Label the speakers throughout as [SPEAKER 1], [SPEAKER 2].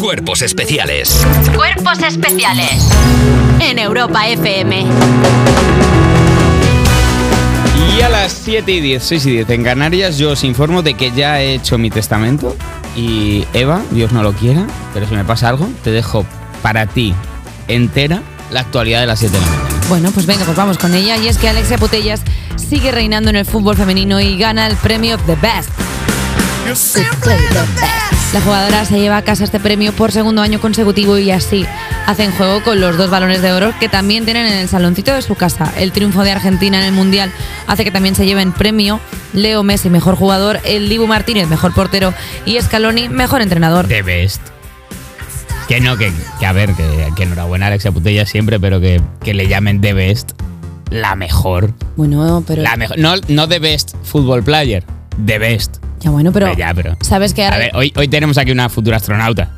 [SPEAKER 1] Cuerpos especiales.
[SPEAKER 2] Cuerpos especiales en Europa FM.
[SPEAKER 3] Y a las 7 y 10, 6 y 10 en Canarias, yo os informo de que ya he hecho mi testamento. Y Eva, Dios no lo quiera, pero si me pasa algo, te dejo para ti entera la actualidad de las 7 de la mañana.
[SPEAKER 4] Bueno, pues venga, pues vamos con ella. Y es que Alexia Putellas sigue reinando en el fútbol femenino y gana el premio The Best. La jugadora se lleva a casa este premio por segundo año consecutivo y así hacen juego con los dos balones de oro que también tienen en el saloncito de su casa. El triunfo de Argentina en el Mundial hace que también se lleven premio Leo Messi, mejor jugador, el Dibu Martínez, mejor portero y Scaloni, mejor entrenador.
[SPEAKER 3] The best. Que no, que, que a ver, que, que enhorabuena a Alexia Putella siempre, pero que, que le llamen The Best, la mejor.
[SPEAKER 4] Bueno, pero...
[SPEAKER 3] La mejor. No, no The Best Football Player, The Best.
[SPEAKER 4] Ya bueno, pero...
[SPEAKER 3] Eh, ya, pero-
[SPEAKER 4] ¿Sabes qué?
[SPEAKER 3] A ver, hoy, hoy tenemos aquí una futura astronauta.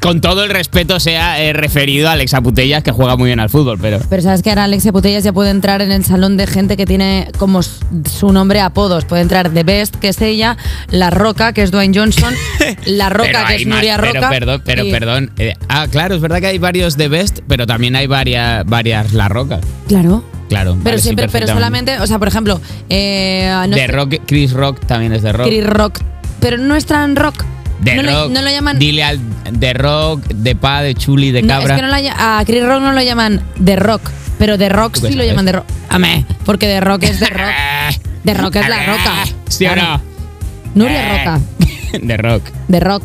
[SPEAKER 3] Con todo el respeto sea eh, referido a Alexa Putellas, que juega muy bien al fútbol, pero...
[SPEAKER 4] Pero sabes que ahora Alexia Putellas ya puede entrar en el salón de gente que tiene como s- su nombre apodos. Puede entrar The Best, que es ella, La Roca, que es Dwayne Johnson, La
[SPEAKER 3] pero
[SPEAKER 4] Roca, que
[SPEAKER 3] hay
[SPEAKER 4] es
[SPEAKER 3] más-
[SPEAKER 4] Nuria
[SPEAKER 3] pero
[SPEAKER 4] Roca.
[SPEAKER 3] perdón, pero
[SPEAKER 4] y-
[SPEAKER 3] perdón. eh, ah, claro, es verdad que hay varios de Best, pero también hay varias, varias La Roca.
[SPEAKER 4] Claro.
[SPEAKER 3] Claro.
[SPEAKER 4] Pero
[SPEAKER 3] vale, sí,
[SPEAKER 4] siempre, pero
[SPEAKER 3] perfectamente.
[SPEAKER 4] solamente, o sea, por ejemplo, eh, no
[SPEAKER 3] de
[SPEAKER 4] sé,
[SPEAKER 3] Rock, Chris Rock también es de Rock.
[SPEAKER 4] Chris Rock. Pero no es tan rock.
[SPEAKER 3] de
[SPEAKER 4] no, lo-
[SPEAKER 3] Rock.
[SPEAKER 4] no Lo, llaman.
[SPEAKER 3] Dile al de Rock, de Pa, de Chuli, de
[SPEAKER 4] no,
[SPEAKER 3] Cabra.
[SPEAKER 4] es que no la ll- a Chris Rock no lo llaman The Rock. Pero The Rock
[SPEAKER 3] ¿Tú qué
[SPEAKER 4] sí lo
[SPEAKER 3] sabes?
[SPEAKER 4] llaman The Rock. Amé, porque The Rock es The Rock. The Rock es la roca.
[SPEAKER 3] ¿Sí o no?
[SPEAKER 4] Nuria Roca.
[SPEAKER 3] De Rock.
[SPEAKER 4] The Rock.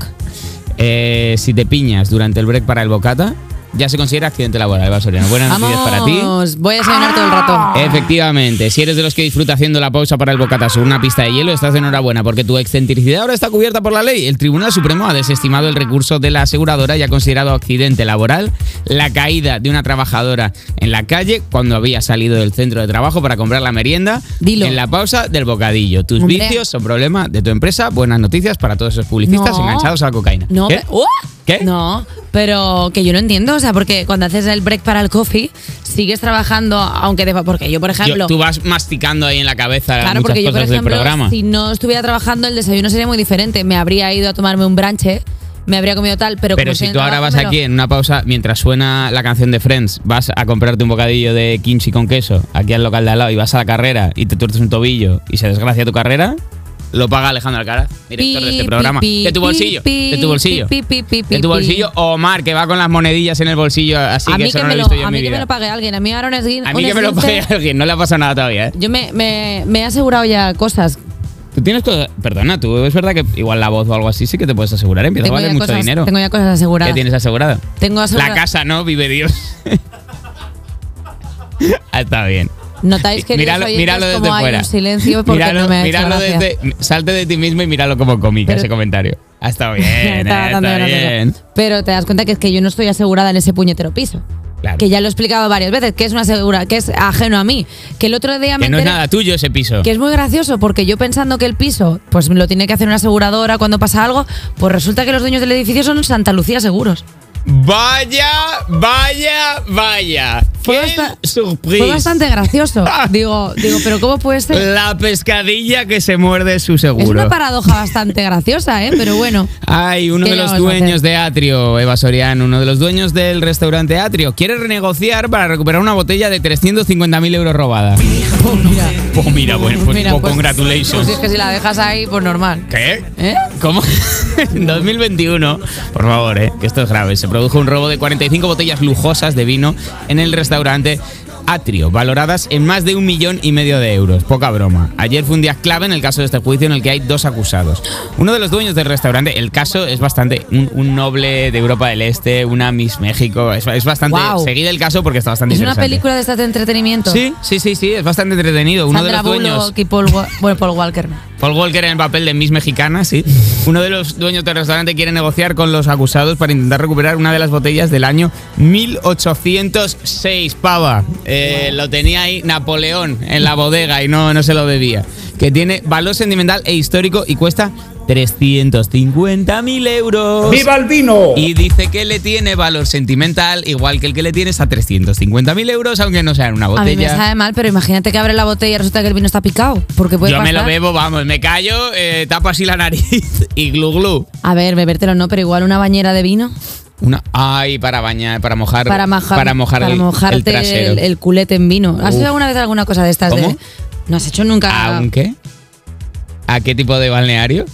[SPEAKER 3] Eh, si te piñas durante el break para el bocata, ya se considera accidente laboral, va, Soriano. Buenas noticias para ti. Ah. Eh,
[SPEAKER 4] Vamos, voy a desayunar todo el rato.
[SPEAKER 3] Efectivamente, si eres de los que disfruta haciendo la pausa para el bocata sobre una pista de hielo, estás de enhorabuena porque tu excentricidad ahora está cubierta por la ley. El Tribunal Supremo ha desestimado el recurso de la aseguradora y ha considerado accidente laboral la caída de una trabajadora en la calle cuando había salido del centro de trabajo para comprar la merienda
[SPEAKER 4] Dilo.
[SPEAKER 3] en la pausa del bocadillo. Tus
[SPEAKER 4] Hombre.
[SPEAKER 3] vicios son problema de tu empresa. Buenas noticias para todos esos publicistas
[SPEAKER 4] No.
[SPEAKER 3] enganchados a la cocaína.
[SPEAKER 4] No,
[SPEAKER 3] ¿Qué?
[SPEAKER 4] pe- ¡Uah!
[SPEAKER 3] ¿Qué?
[SPEAKER 4] No, pero que yo no entiendo, o sea, porque cuando haces el break para el coffee, sigues trabajando, aunque te... Porque yo, por
[SPEAKER 3] Yo-
[SPEAKER 4] ejemplo...
[SPEAKER 3] tú vas masticando ahí en la cabeza muchas
[SPEAKER 4] Claro, porque yo, por
[SPEAKER 3] cosas del
[SPEAKER 4] ejemplo,
[SPEAKER 3] programa.
[SPEAKER 4] si no estuviera trabajando, el desayuno sería muy diferente. Me habría ido a tomarme un branche, me habría comido tal, pero...
[SPEAKER 3] Pero
[SPEAKER 4] como estoy
[SPEAKER 3] si
[SPEAKER 4] en
[SPEAKER 3] tú ahora
[SPEAKER 4] trabajo,
[SPEAKER 3] vas
[SPEAKER 4] me lo-
[SPEAKER 3] aquí en una pausa, mientras suena la canción de Friends, vas a comprarte un bocadillo de kimchi con queso aquí al local de al lado y vas a la carrera y te tuerces un tobillo y se desgracia tu carrera, lo paga Alejandro Alcaraz, director de
[SPEAKER 4] Pi,
[SPEAKER 3] este
[SPEAKER 4] pi,
[SPEAKER 3] programa.
[SPEAKER 4] pi,
[SPEAKER 3] de tu
[SPEAKER 4] pi,
[SPEAKER 3] bolsillo,
[SPEAKER 4] pi,
[SPEAKER 3] de tu bolsillo.
[SPEAKER 4] pi, pi, pi,
[SPEAKER 3] de
[SPEAKER 4] pi,
[SPEAKER 3] tu
[SPEAKER 4] pi.
[SPEAKER 3] bolsillo. O Omar, que va con las monedillas en el bolsillo, así
[SPEAKER 4] a
[SPEAKER 3] que
[SPEAKER 4] mí
[SPEAKER 3] eso
[SPEAKER 4] que,
[SPEAKER 3] no lo
[SPEAKER 4] me,
[SPEAKER 3] he
[SPEAKER 4] lo,
[SPEAKER 3] visto yo
[SPEAKER 4] a
[SPEAKER 3] en mi
[SPEAKER 4] mí que me
[SPEAKER 3] vida.
[SPEAKER 4] lo pague alguien, a mí ahora un esguin-
[SPEAKER 3] A mí
[SPEAKER 4] un
[SPEAKER 3] que me lo
[SPEAKER 4] esguince-
[SPEAKER 3] pague alguien, no le ha pasado nada todavía, ¿eh?
[SPEAKER 4] Yo me, me, me he asegurado ya cosas.
[SPEAKER 3] Tú tienes todo. Perdona, tú es verdad que igual la voz o algo así sí que te puedes asegurar, empieza a
[SPEAKER 4] Tengo
[SPEAKER 3] valer
[SPEAKER 4] ya
[SPEAKER 3] mucho
[SPEAKER 4] cosas,
[SPEAKER 3] dinero.
[SPEAKER 4] tengo ya cosas aseguradas.
[SPEAKER 3] ¿Qué tienes asegurado?
[SPEAKER 4] Tengo asegurado.
[SPEAKER 3] La casa, ¿no? Vive Dios. Ah, Está bien.
[SPEAKER 4] Notáis Ah, que
[SPEAKER 3] míralo, míralo desde
[SPEAKER 4] como
[SPEAKER 3] fuera.
[SPEAKER 4] hay un silencio porque
[SPEAKER 3] míralo,
[SPEAKER 4] no me ha hecho
[SPEAKER 3] míralo
[SPEAKER 4] gracia.
[SPEAKER 3] desde, salte de ti mismo y míralo como cómica
[SPEAKER 4] Pero-
[SPEAKER 3] ese comentario. Ha estado bien, eh,
[SPEAKER 4] Estaba
[SPEAKER 3] está
[SPEAKER 4] dando gracia.
[SPEAKER 3] bien.
[SPEAKER 4] Pero te das cuenta que es que yo no estoy asegurada en ese puñetero piso.
[SPEAKER 3] Claro.
[SPEAKER 4] Que ya lo he explicado varias veces, que es una asegura, que es ajeno a mí. Que el otro día me
[SPEAKER 3] Que no es
[SPEAKER 4] enteré-
[SPEAKER 3] nada tuyo ese piso.
[SPEAKER 4] Que es muy gracioso porque yo pensando que el piso pues lo tiene que hacer una aseguradora cuando pasa algo, pues resulta que los dueños del edificio son Santa Lucía Seguros.
[SPEAKER 3] Vaya, vaya, vaya.
[SPEAKER 4] Fue
[SPEAKER 3] Qué
[SPEAKER 4] basta-
[SPEAKER 3] surprise.
[SPEAKER 4] Fue bastante gracioso.
[SPEAKER 3] Ah.
[SPEAKER 4] digo, digo, pero ¿cómo puede ser?
[SPEAKER 3] La pescadilla que se muerde su seguro.
[SPEAKER 4] Es una paradoja bastante graciosa, ¿eh? Pero bueno.
[SPEAKER 3] Ay, uno
[SPEAKER 4] ¿Qué
[SPEAKER 3] de
[SPEAKER 4] le
[SPEAKER 3] los
[SPEAKER 4] vamos a
[SPEAKER 3] dueños
[SPEAKER 4] hacer?
[SPEAKER 3] de Atrio, Eva Soriano, uno de los dueños del restaurante Atrio, quiere renegociar para recuperar una botella de 350.000 euros robada.
[SPEAKER 4] Mira,
[SPEAKER 3] Pues mira, bueno, pues,
[SPEAKER 4] mira,
[SPEAKER 3] pues
[SPEAKER 4] pues-
[SPEAKER 3] congratulations.
[SPEAKER 4] Pues es que si la dejas ahí, pues normal.
[SPEAKER 3] ¿Qué?
[SPEAKER 4] ¿Eh?
[SPEAKER 3] ¿Cómo? en 2021, por favor, eh, que esto es grave, se produjo un robo de 45 botellas lujosas de vino en el restaurante Atrio, valoradas en más de un millón y medio de euros. Poca broma. Ayer fue un día clave en el caso de este juicio en el que hay dos acusados. Uno de los dueños del restaurante, el caso es bastante un, un noble de Europa del Este, una Miss México, es, es bastante...
[SPEAKER 4] Guau.
[SPEAKER 3] Seguid el caso porque está bastante
[SPEAKER 4] Es una
[SPEAKER 3] interesante.
[SPEAKER 4] película de estas de entretenimiento.
[SPEAKER 3] Sí, sí, sí, sí, es bastante entretenido. Uno
[SPEAKER 4] Sandra
[SPEAKER 3] de los dueños...
[SPEAKER 4] Bullock y Paul, Wa- bueno, Paul Walker. no.
[SPEAKER 3] Paul Walker en el papel de Miss Mexicana, sí. Uno de los dueños del restaurante quiere negociar con los acusados para intentar recuperar una de las botellas del año 1806, pava. Eh, Lo tenía ahí Napoleón en la bodega y no, no se lo bebía. Que tiene valor sentimental e histórico y cuesta 350.000 euros.
[SPEAKER 5] ¡Viva el vino!
[SPEAKER 3] Y dice que le tiene valor sentimental igual que el que le tienes a 350.000 euros, aunque no sea en una
[SPEAKER 4] A mí me
[SPEAKER 3] botella.
[SPEAKER 4] sabe mal, pero imagínate que abre la botella y resulta que el vino está picado. Porque puede
[SPEAKER 3] Yo me lo
[SPEAKER 4] pasar.
[SPEAKER 3] bebo, vamos, me callo, eh, tapo así la nariz y glu glu.
[SPEAKER 4] A ver, bebértelo no, pero igual una bañera de vino.
[SPEAKER 3] Una, ay, para bañar, para mojar.
[SPEAKER 4] para, mojar-
[SPEAKER 3] para mojar
[SPEAKER 4] para
[SPEAKER 3] el,
[SPEAKER 4] mojarte
[SPEAKER 3] el trasero.
[SPEAKER 4] el- el culete en vino. ¿Has
[SPEAKER 3] Uf.
[SPEAKER 4] hecho alguna vez alguna cosa de estas? de-
[SPEAKER 3] ¿Cómo?
[SPEAKER 4] no has hecho nunca.
[SPEAKER 3] Aunque. ¿A qué tipo de balneario?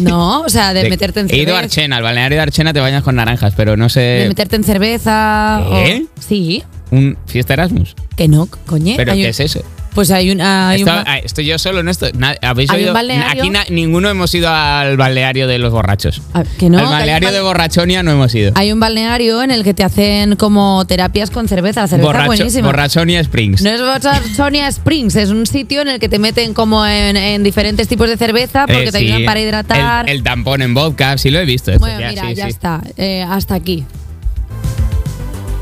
[SPEAKER 4] No, o sea, de,
[SPEAKER 3] De-
[SPEAKER 4] meterte en
[SPEAKER 3] He
[SPEAKER 4] cerveza.
[SPEAKER 3] ido a Archena, al balneario de Archena te bañas con naranjas, pero no
[SPEAKER 4] De
[SPEAKER 3] sé.
[SPEAKER 4] meterte en cerveza.
[SPEAKER 3] ¿Qué?
[SPEAKER 4] o- sí,
[SPEAKER 3] Un fiesta Erasmus.
[SPEAKER 4] que no, coñe.
[SPEAKER 3] ¿Pero
[SPEAKER 4] ¿Eh? Hay un-
[SPEAKER 3] qué es eso?
[SPEAKER 4] Pues hay una. hay un
[SPEAKER 3] Estaba-
[SPEAKER 4] ba-
[SPEAKER 3] ah, estoy yo solo en esto. Na- ¿habéis
[SPEAKER 4] Hay un
[SPEAKER 3] oído?
[SPEAKER 4] balneario.
[SPEAKER 3] Aquí na- ninguno hemos ido al balneario de los borrachos.
[SPEAKER 4] Ah, que no,
[SPEAKER 3] al
[SPEAKER 4] que hay un
[SPEAKER 3] balneario de
[SPEAKER 4] balne-
[SPEAKER 3] borrachonia no hemos ido.
[SPEAKER 4] Hay un balneario en el que te hacen como terapias con cerveza. La cerveza es
[SPEAKER 3] Borracho-
[SPEAKER 4] buenísima.
[SPEAKER 3] borrachonia Springs.
[SPEAKER 4] No es Bochar- Sonia Springs, es un sitio en el que te meten como en, en diferentes tipos de cerveza porque
[SPEAKER 3] Eh,
[SPEAKER 4] te
[SPEAKER 3] sí.
[SPEAKER 4] ayudan para hidratar.
[SPEAKER 3] El, el tampón en vodka, sí lo he visto. esto,
[SPEAKER 4] bueno, mira,
[SPEAKER 3] sí,
[SPEAKER 4] ya
[SPEAKER 3] sí.
[SPEAKER 4] está. Eh, hasta aquí.